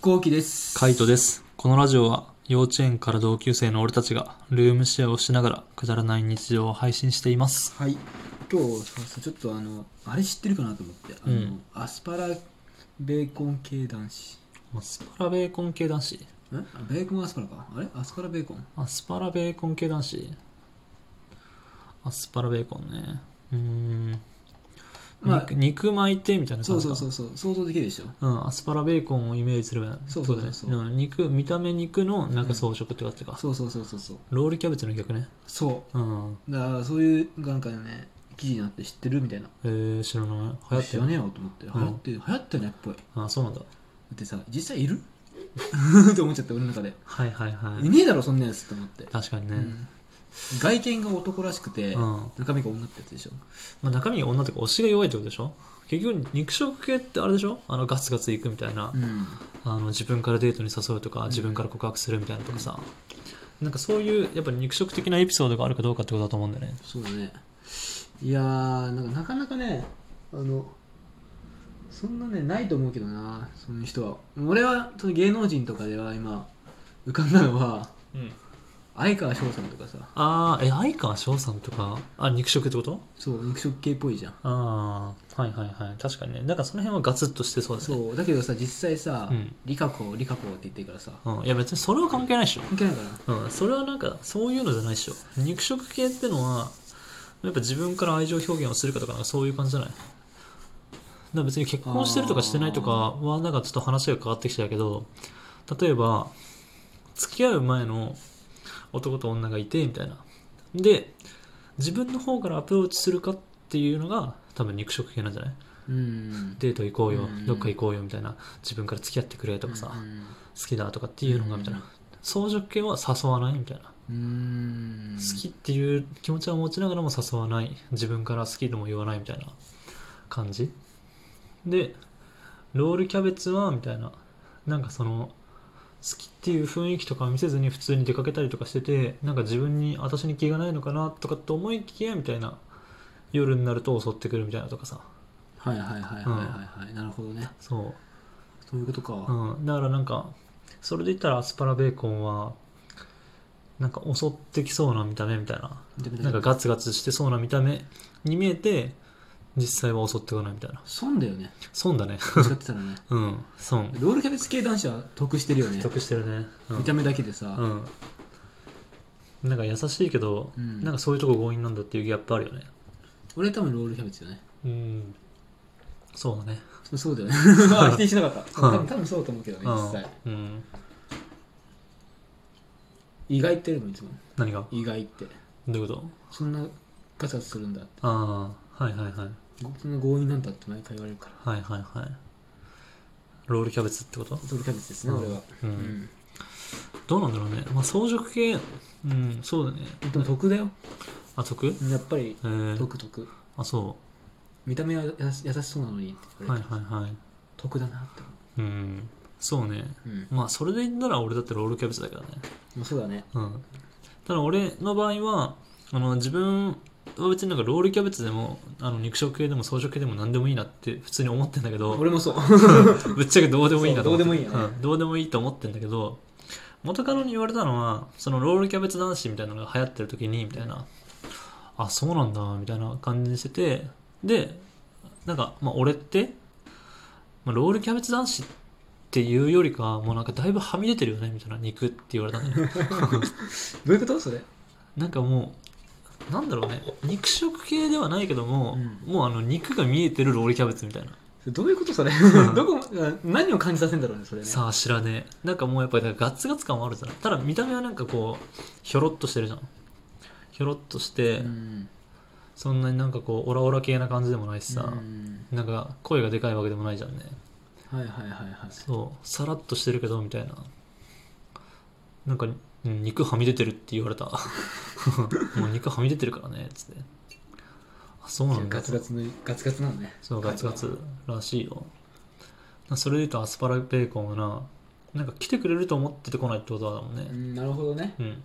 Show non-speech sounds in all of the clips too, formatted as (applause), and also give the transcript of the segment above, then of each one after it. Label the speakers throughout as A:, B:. A: 後期です。
B: カイトです。このラジオは幼稚園から同級生の俺たちがルームシェアをしながらくだらない日常を配信しています。
A: はい。今日そうそうちょっとあのあれ知ってるかなと思って、あの
B: うん
A: アスパラベーコン系男子。
B: アスパラベーコン系男子。
A: えあベーコンアスパラかあれアスパラベーコン
B: アスパラベーコン系男子。アスパラベーコンね。うーん。
A: まあ
B: 肉肉巻いてみたいな
A: そ
B: 感
A: う
B: じ
A: そ
B: か
A: うそうそう想像できるでしょ
B: うん、アスパラベーコンをイメージすれば
A: そうそうそう
B: だねん肉見た目肉のなんか装飾って感じか、
A: そうそうそうそうそう
B: ロールキャベツの逆ね
A: そ
B: うん
A: うだからそういうなんかね記事になって知ってるみたいな
B: えー、知らない流行って
A: 知
B: る
A: らねえよと思って流
B: ん
A: 行ってる流行ったねっぽいだ
B: あそうなんだ
A: ってさ実際いるって思っちゃって俺の中で
B: はいはいはい
A: いねえだろそんなやつと思って、
B: 確かにね、
A: うん外見が男らしくて、
B: うんま
A: 中身が女ってやつでしょ
B: あ、中身が女とか推しが弱いってことでしょ結局肉食系ってあれでしょあのガツガツいくみたいな、
A: うん
B: あの自分からデートに誘うとか自分から告白するみたいなとかさ、なんかそういうやっぱり肉食的なエピソードがあるかどうかってことだと思うんだよね
A: そうだねいやーなんかなかなかねあのそんなねないと思うけどなそういう人は俺はその芸能人とかでは今浮かんだのは
B: うん
A: 相川翔さんとかさ
B: ああえ相川翔さんとかあ肉食ってこと
A: そう肉食系っぽいじゃん
B: ああはいはいはい確かにねなんかその辺はガツッとしてそうですね
A: そうだけどさ実際さ
B: うん
A: 「リカ子リカ子」って言ってるからさ
B: う、ん、いや別にそれは関係ないでしょ
A: 関係ないから
B: うん、それはなんかそういうのじゃないでしょ肉食系ってのはやっぱ自分から愛情表現をするかとかなんかそういう感じじゃないだから別に結婚してるとかしてないとかはなんかちょっと話が変わってきちゃうけど例えば付き合う前の男と女がいてみたいなで自分の方からアプローチするかっていうのが多分肉食系なんじゃない
A: うん
B: デート行こうよ、
A: うん
B: どっか行こうよみたいな自分から付き合ってくれとかさ、好きだとかっていうのがみたいな、
A: うん
B: 装飾系は誘わないみたいな
A: うん
B: 好きっていう気持ちは持ちながらも誘わない自分から好きとも言わないみたいな感じでロールキャベツはみたいななんかその好きっていう雰囲気とかは見せずに普通に出かけたりとかしててなんか自分に私に気がないのかなとかって思いきやみたいな夜になると襲ってくるみたいなとかさ
A: はいはいはいはいはいはいなるほどね
B: そう
A: そういうことか
B: うん、だからなんかそれで言ったらアスパラベーコンはなんか襲ってきそうな見た目みたいな
A: 見てみたい
B: なんかガツガツしてそうな見た目に見えて実際は襲ってこないみたいな
A: 損だよね
B: 損だね (laughs)
A: 使ってたらね
B: うん損
A: ロールキャベツ系男子は得してるよね
B: 得してるね、うん、
A: 見た目だけでさ、
B: うんなんか優しいけど、
A: うん
B: なんかそういうとこ強引なんだっていうギャップあるよね
A: 俺多分ロールキャベツよね
B: うんそうだね
A: そうだよねあ (laughs) 否定しなかった
B: うん
A: 多分多分そうと思うけどね実際
B: うん、うん、
A: 意外って言うのいつも
B: 何が
A: 意外って
B: どういうこと
A: そんなガサツするんだって
B: ああはいはいはい
A: ごそんな強引なんだって毎回言われるから
B: はいはいはいロールキャベツってこと
A: ロールキャベツですね、
B: うん
A: 俺は
B: うん
A: うん
B: どうなんだろうね、まあ、装飾系うんそうだね
A: でも得だよ
B: あ得
A: やっぱり
B: えー、
A: 得得
B: あそ
A: 見た目はやさ優しそうなのにって
B: う
A: 言わ
B: は
A: れ
B: い
A: て、
B: はいはい
A: 得だなって思
B: うんそうね
A: う、うん
B: まあそれで言ったら俺だってロールキャベツだからね
A: まあ、そうだね
B: うんただ俺の場合はあの自分は別になんかロールキャベツでもあの肉食系でも装飾系でも何でもいいなって普通に思ってんだけど
A: 俺もそう (laughs)
B: ぶっちゃけどうでもいいなと思って
A: そうどうでもいいよね
B: んどうでもいいと思ってんだけど元カノに言われたのはそのロールキャベツ男子みたいなのが流行ってる時にみたいなあそうなんだみたいな感じにしててでなんか、まあ、俺って、まあ、ロールキャベツ男子っていうよりかもうなんかだいぶはみ出てるよねみたいな肉って言われたん
A: (laughs)
B: だよ
A: どういうことそれ
B: なんかもうなんだろうね肉食系ではないけども、
A: う
B: もうあの肉が見えてるロールキャベツみたいな
A: それどういうことそれ (laughs) どこ何を感じさせるんだろうねそれね
B: さあ知らねえなんかもうやっぱりガッツガツ感はあるじゃんただ見た目はなんかこうひょろっとしてるじゃんひょろっとして、
A: うん
B: そんなになんかこうオラオラ系な感じでもないしさ、
A: うん
B: なんか声がでかいわけでもないじゃんね
A: はいはいはいはい
B: そうさらっとしてるけどみたいななんか、うん肉はみ出てるって言わ
A: (laughs)
B: れたもう肉はみ出てるからねつってあそうなんだ
A: ガツガツのガツガツなのね
B: そうガツガツらしいよそれで言うとアスパラベーコンはななんか来てくれると思っててこないってことだもんね、
A: うんなるほどね
B: うん、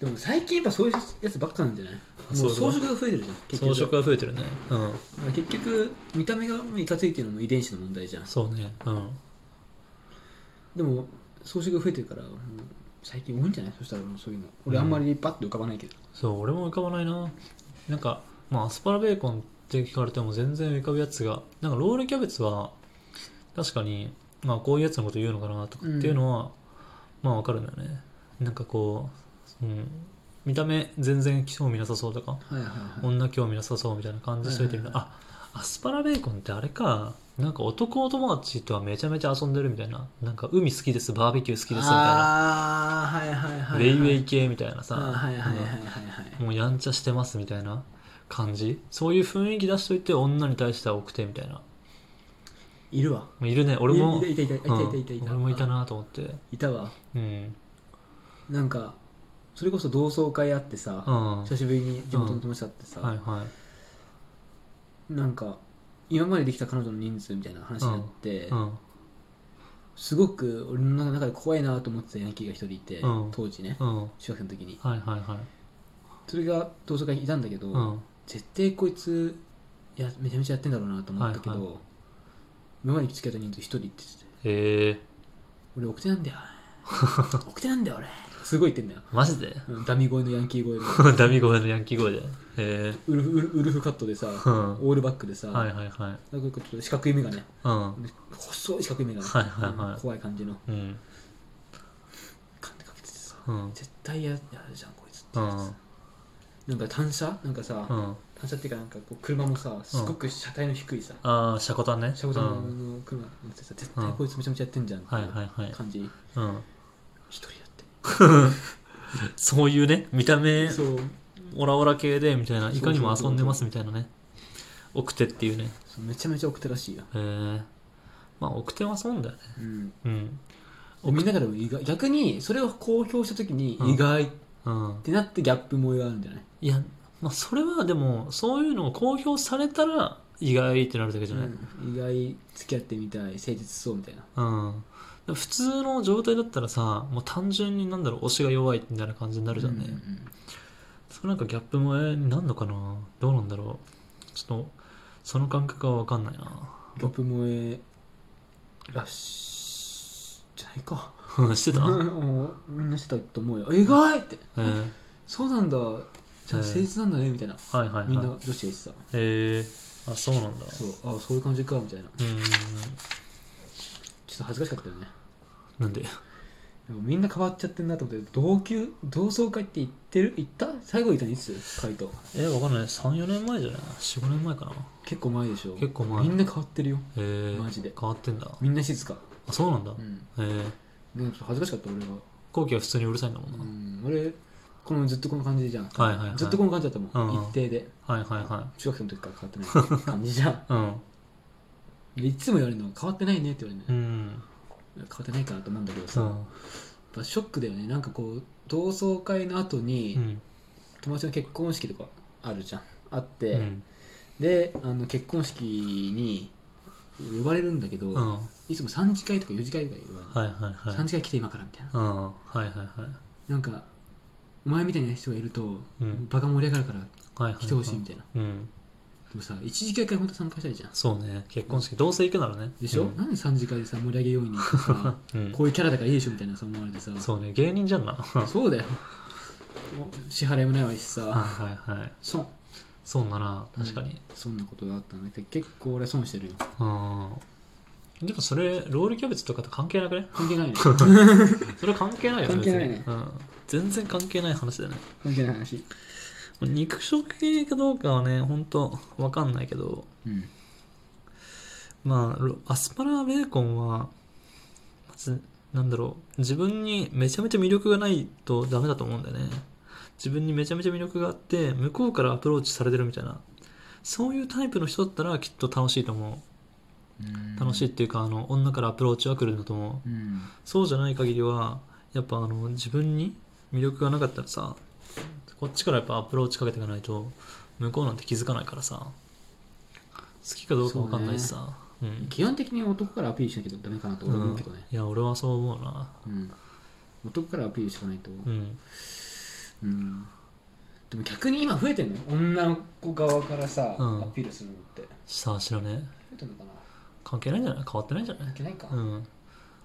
A: でも最近やっぱそういうやつばっかなんじゃない
B: そ
A: も
B: う
A: う
B: そう
A: 装飾が増えてるじゃん結
B: 装
A: 局
B: 飾が増えてるねうん
A: まあ結局見た目がいかついっていうのも遺伝子の問題じゃん
B: そうねうん
A: でも装飾が増えてるからもう最近多いんじゃないそしたらもうそういうの俺あんまりパッと浮かばないけど、
B: そう俺も浮かばないななんか、まあ、アスパラベーコンって聞かれても全然浮かぶやつがなんかロールキャベツは確かに、まあ、こういうやつのこと言うのかなとかっていうのは、まあわかるんだよねなんかこう、うん、見た目全然興味なさそうとか
A: はいはいはい
B: 女興味なさそうみたいな感じしといてるの、
A: はいは
B: あアスパラベーコンってあれかなんか男友達とはめちゃめちゃ遊んでるみたいななんか海好きですバーベキュー好きですみたいな
A: ああはいはい
B: ウ
A: はい
B: ェ
A: はい
B: イウェイ系みたいなさ、
A: あーはいはいはい
B: うん
A: はいはい
B: もうやんちゃしてますみたいな感じそういう雰囲気出しといて女に対しては奥手みたいなも
A: いるわ
B: ういるね俺も
A: いたいたいたいたいたいたいたい
B: うん
A: た
B: 俺もいたなと思って
A: いたわ
B: うん
A: なんかそれこそ同窓会あってさ、
B: うん
A: 久しぶりに地元の友達だってさ、
B: はいは
A: なんか今までできた彼女の人数みたいな話になって、
B: いうん
A: すごく俺の中で怖いなと思ってたヤンキーが一人いて、
B: うん
A: 当時ね
B: うん
A: 中学生の時に
B: はいはいはい
A: それが同窓会にいたんだけど、
B: うん
A: 絶対こいつやめちゃめちゃやってんだろうなと思ったけど、
B: はい
A: 今まで付き合った人数一人って言ってて
B: へえ
A: 俺奥手なんだ
B: (laughs)
A: よ奥手なんだよ俺すごい言ってんだよ
B: マジで (laughs)
A: うんダミ声のヤンキー声で
B: ダミ声のヤンキー声でへえ
A: ウルフウルフウルフカットでさ、
B: ん
A: オールバックでさ、
B: はいはいはい
A: なんかちょっと四角い眼鏡
B: うん
A: 細い四角い眼鏡、
B: はいはいはい
A: うん怖い感じの
B: うん
A: 感じかけててさ
B: うん
A: 絶対ややるじゃんこいつって
B: う
A: やつ、
B: ん
A: なんか単車なんかさ、
B: うん
A: 単車っていうかなんかこう車もさすごく車体の低いさ、
B: ああシャコタンね
A: 車庫
B: うん
A: の車乗ってさ絶対こいつめちゃめちゃやってんじゃんって
B: はいいはいうはい
A: 感じ一、
B: うん
A: 人だって
B: そういうね見た目
A: そう
B: オラオラ系でみたいな
A: そう
B: いかにも遊んでますみたいなね奥手っていうね
A: そうめちゃめちゃ奥手らしいよ、
B: へえまあ奥手はそうなんだよね
A: うん、
B: うん
A: みんなからも意外逆にそれを公表した時に
B: うん
A: 意外っ
B: うん
A: てなってギャップ萌えがあるんじゃない、
B: いやまあそれはでもそういうのを公表されたら意外ってなるだけじゃない、うん
A: うん意外付き合ってみたい誠実そうみたいな
B: 普通の状態だったらさもう単純になんだろう推しが弱いみたいな感じになるじゃんね、
A: うんうんうん
B: それなんかギャップ萌えになるのかなどうなんだろうちょっとその感覚は分かんないな (laughs)
A: ギャップ萌えらしじゃないか
B: してた、
A: (laughs) もうみんなしてたと思うよ意外って
B: えー
A: そうなんだじゃあ誠実なんだねみたいな
B: はいはいはい
A: みんな女子が言ってた
B: へえあそうなんだ
A: そうあそういう感じかみたいな
B: うーん
A: ちょっと恥ずかしかったよね
B: なんで
A: でもみんな変わっちゃってんなと思って同級同窓会って言ってる行った最後行ったのいつ回答
B: えわかんない34年前じゃない45年前かなへ
A: 結構前でしょ
B: 結構前
A: みんな変わってるよ
B: え
A: マジで
B: 変わってんだ
A: みんな静か
B: あそうなんだ、
A: う
B: へ
A: ん
B: え
A: でもちょっと恥ずかしかった俺は
B: 後期は普通にうるさいんだもん
A: う
B: な、
A: ん俺このずっとこの感じじゃん、
B: はいはいはい
A: ずっとこの感じだったもん、
B: うん
A: 一定で
B: はいはいは
A: 中学生の時から変わってない感じじゃん
B: いうん
A: いつも言われるの変わってないねって言われる
B: う
A: の、
B: ん
A: 変わってないかなと思うんだけどさ、
B: う
A: やっ
B: ん
A: ぱショックだよねなんかこう同窓会の後に、
B: うん
A: 友達の結婚式とかあるじゃんあっ
B: う
A: て、
B: ん
A: であの結婚式に呼ばれるんだけど、
B: うん
A: いつも3次会とか4次会とか呼ばれる、
B: はいはいはい
A: 3次会来て今からみたいな
B: うんはいはいはい
A: なんかお前みたいな人がいると、
B: うん
A: 場が盛り上がるから
B: はいはい
A: 来てほしいみたいな、
B: うん
A: でもさ1次会から本当参加したいじゃん
B: そうね結婚式どうせ行くならね
A: でしょ、
B: うん
A: なんで3次会でさ盛り上げようにとかさ
B: うん
A: こういうキャラだからいいでしょみたいなさ思われてさ
B: そうね芸人じ
A: (laughs)
B: ゃんなはい
A: そうだよもう支払いもないわしさ
B: はいはい
A: 損
B: そうなら確かに、
A: そんなことがあったんだけど結構俺は損してるよ
B: あーでもそれロールキャベツとかと関係なくね
A: 関係ない
B: (laughs)
A: ね
B: それ関係ないよね
A: 関係ないね
B: 別にうん、全然関係ない話だよね
A: 関係ない話
B: 肉食系かどうかはねほんとわかんないけど
A: うん
B: まあロアスパラベーコンはまずなんだろう自分にめちゃめちゃ魅力がないとダメだと思うんだよね自分にめちゃめちゃ魅力があって向こうからアプローチされてるみたいなそういうタイプの人だったらきっと楽しいと思う楽しいっていうかあの女からアプローチは来るんだと思う
A: うん
B: そうじゃない限りはやっぱあの自分に魅力がなかったらさこっちからやっぱアプローチかけていかないと向こうなんて気づかないからさ好きかどうか分かんないしさう、ん、
A: 基本的に男からアピールしなきゃダメかなと俺は思うけどね、
B: いや俺はそう思うな
A: うん男からアピールしかないと、
B: うん
A: うんでも逆に今増えてんの女の子側からさ、
B: うん
A: アピールするのって増
B: さあ知らねえ
A: えてんのかな
B: 関係ないんじゃない変わってないんじゃない
A: 関係ないか、
B: うん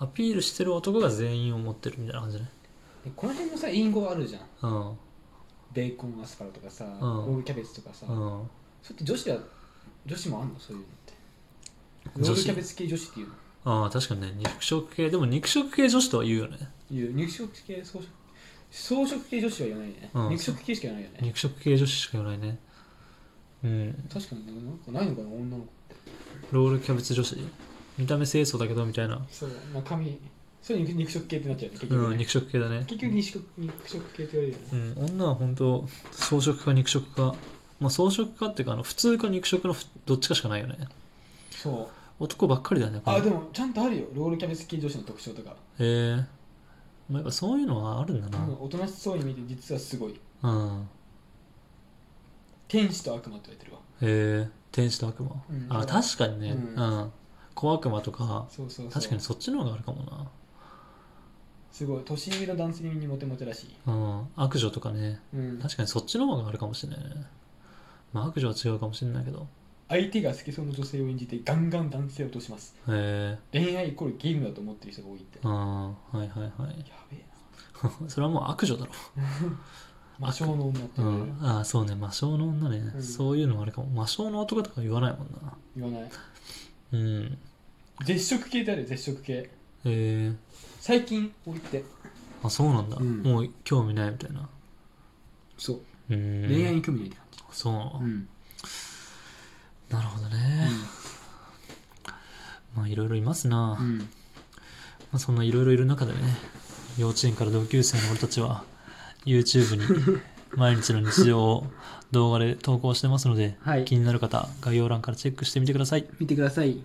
B: アピールしてる男が全員を持ってるみたいな感じね
A: でこの辺もさ隠語あるじゃん
B: うん
A: ベーコンアスパラとかさ、
B: ん
A: ロールキャベツとかさ、
B: うん
A: それって女子では女子もあんのそういうのって
B: 女子
A: ロールキャベツ系女子っていうの
B: ああ確かにね肉食系でも肉食系女子とは言うよね
A: いう肉食系草食草食系女子は言わないね、
B: うん
A: 肉食系しか言わないよね
B: 肉食系女子しか言わないねうん
A: 確かになんかないのかな女の子
B: ロールキャベツ女子見た目清楚だけどみたいな
A: そうまあ髪それ肉肉食系ってなっちゃうね結局ね、
B: うん肉食系だね
A: 結局肉食肉食系って言われるよね
B: うん女は本当草食か肉食かまあ草食かっていうかあの普通か肉食のふどっちかしかないよね
A: そう
B: 男ばっかりだよねこ
A: あ
B: れ
A: でもちゃんとあるよロールキャベツ系女子の特徴とか、
B: へえまあやっぱそういうのはあるんだ
A: うんおとなしそうに見て実はすごい
B: なうん
A: 天使と悪魔って言われてるわ
B: へえ天使と悪魔、
A: うん
B: あ確かにね
A: うん
B: うん小悪魔とか
A: そうそうそう
B: 確かにそっちの方があるかもな
A: すごい年上の男性にモテモテらしい
B: うん悪女とかね
A: うん
B: 確かにそっちの方があるかもしれないねまあ悪女は違うかもしれないけど
A: 相手が好きそうな女性を演じてガンガン男性を落とします
B: へえ
A: 恋愛イコールゲームだと思ってる人が多いって、
B: う
A: や
B: んはいはいはい (laughs)
A: べえ
B: それはもう悪女だろ
A: な魔性の女って言
B: う
A: われる、
B: ん、ああそうね魔性の女ね、
A: うん
B: そういうのあれかも魔性の男とか言わないもんな
A: 言わない
B: うん
A: 絶食系である絶食系
B: へえ
A: 最近多いって
B: あそうなんだ、
A: うん
B: もう興味ないみたいな
A: そう
B: うん
A: に興味ないって感じ
B: そ
A: う
B: う、
A: ん、
B: なるほどね、まあいろいろいますな、ま
A: ん、
B: あ、そんないろいろいる中でね幼稚園から同級生の俺たちは YouTube
A: (laughs)
B: に毎日の日常を動画で投稿してますので、
A: はい
B: 気になる方概要欄からチェックしてみてください
A: 見てください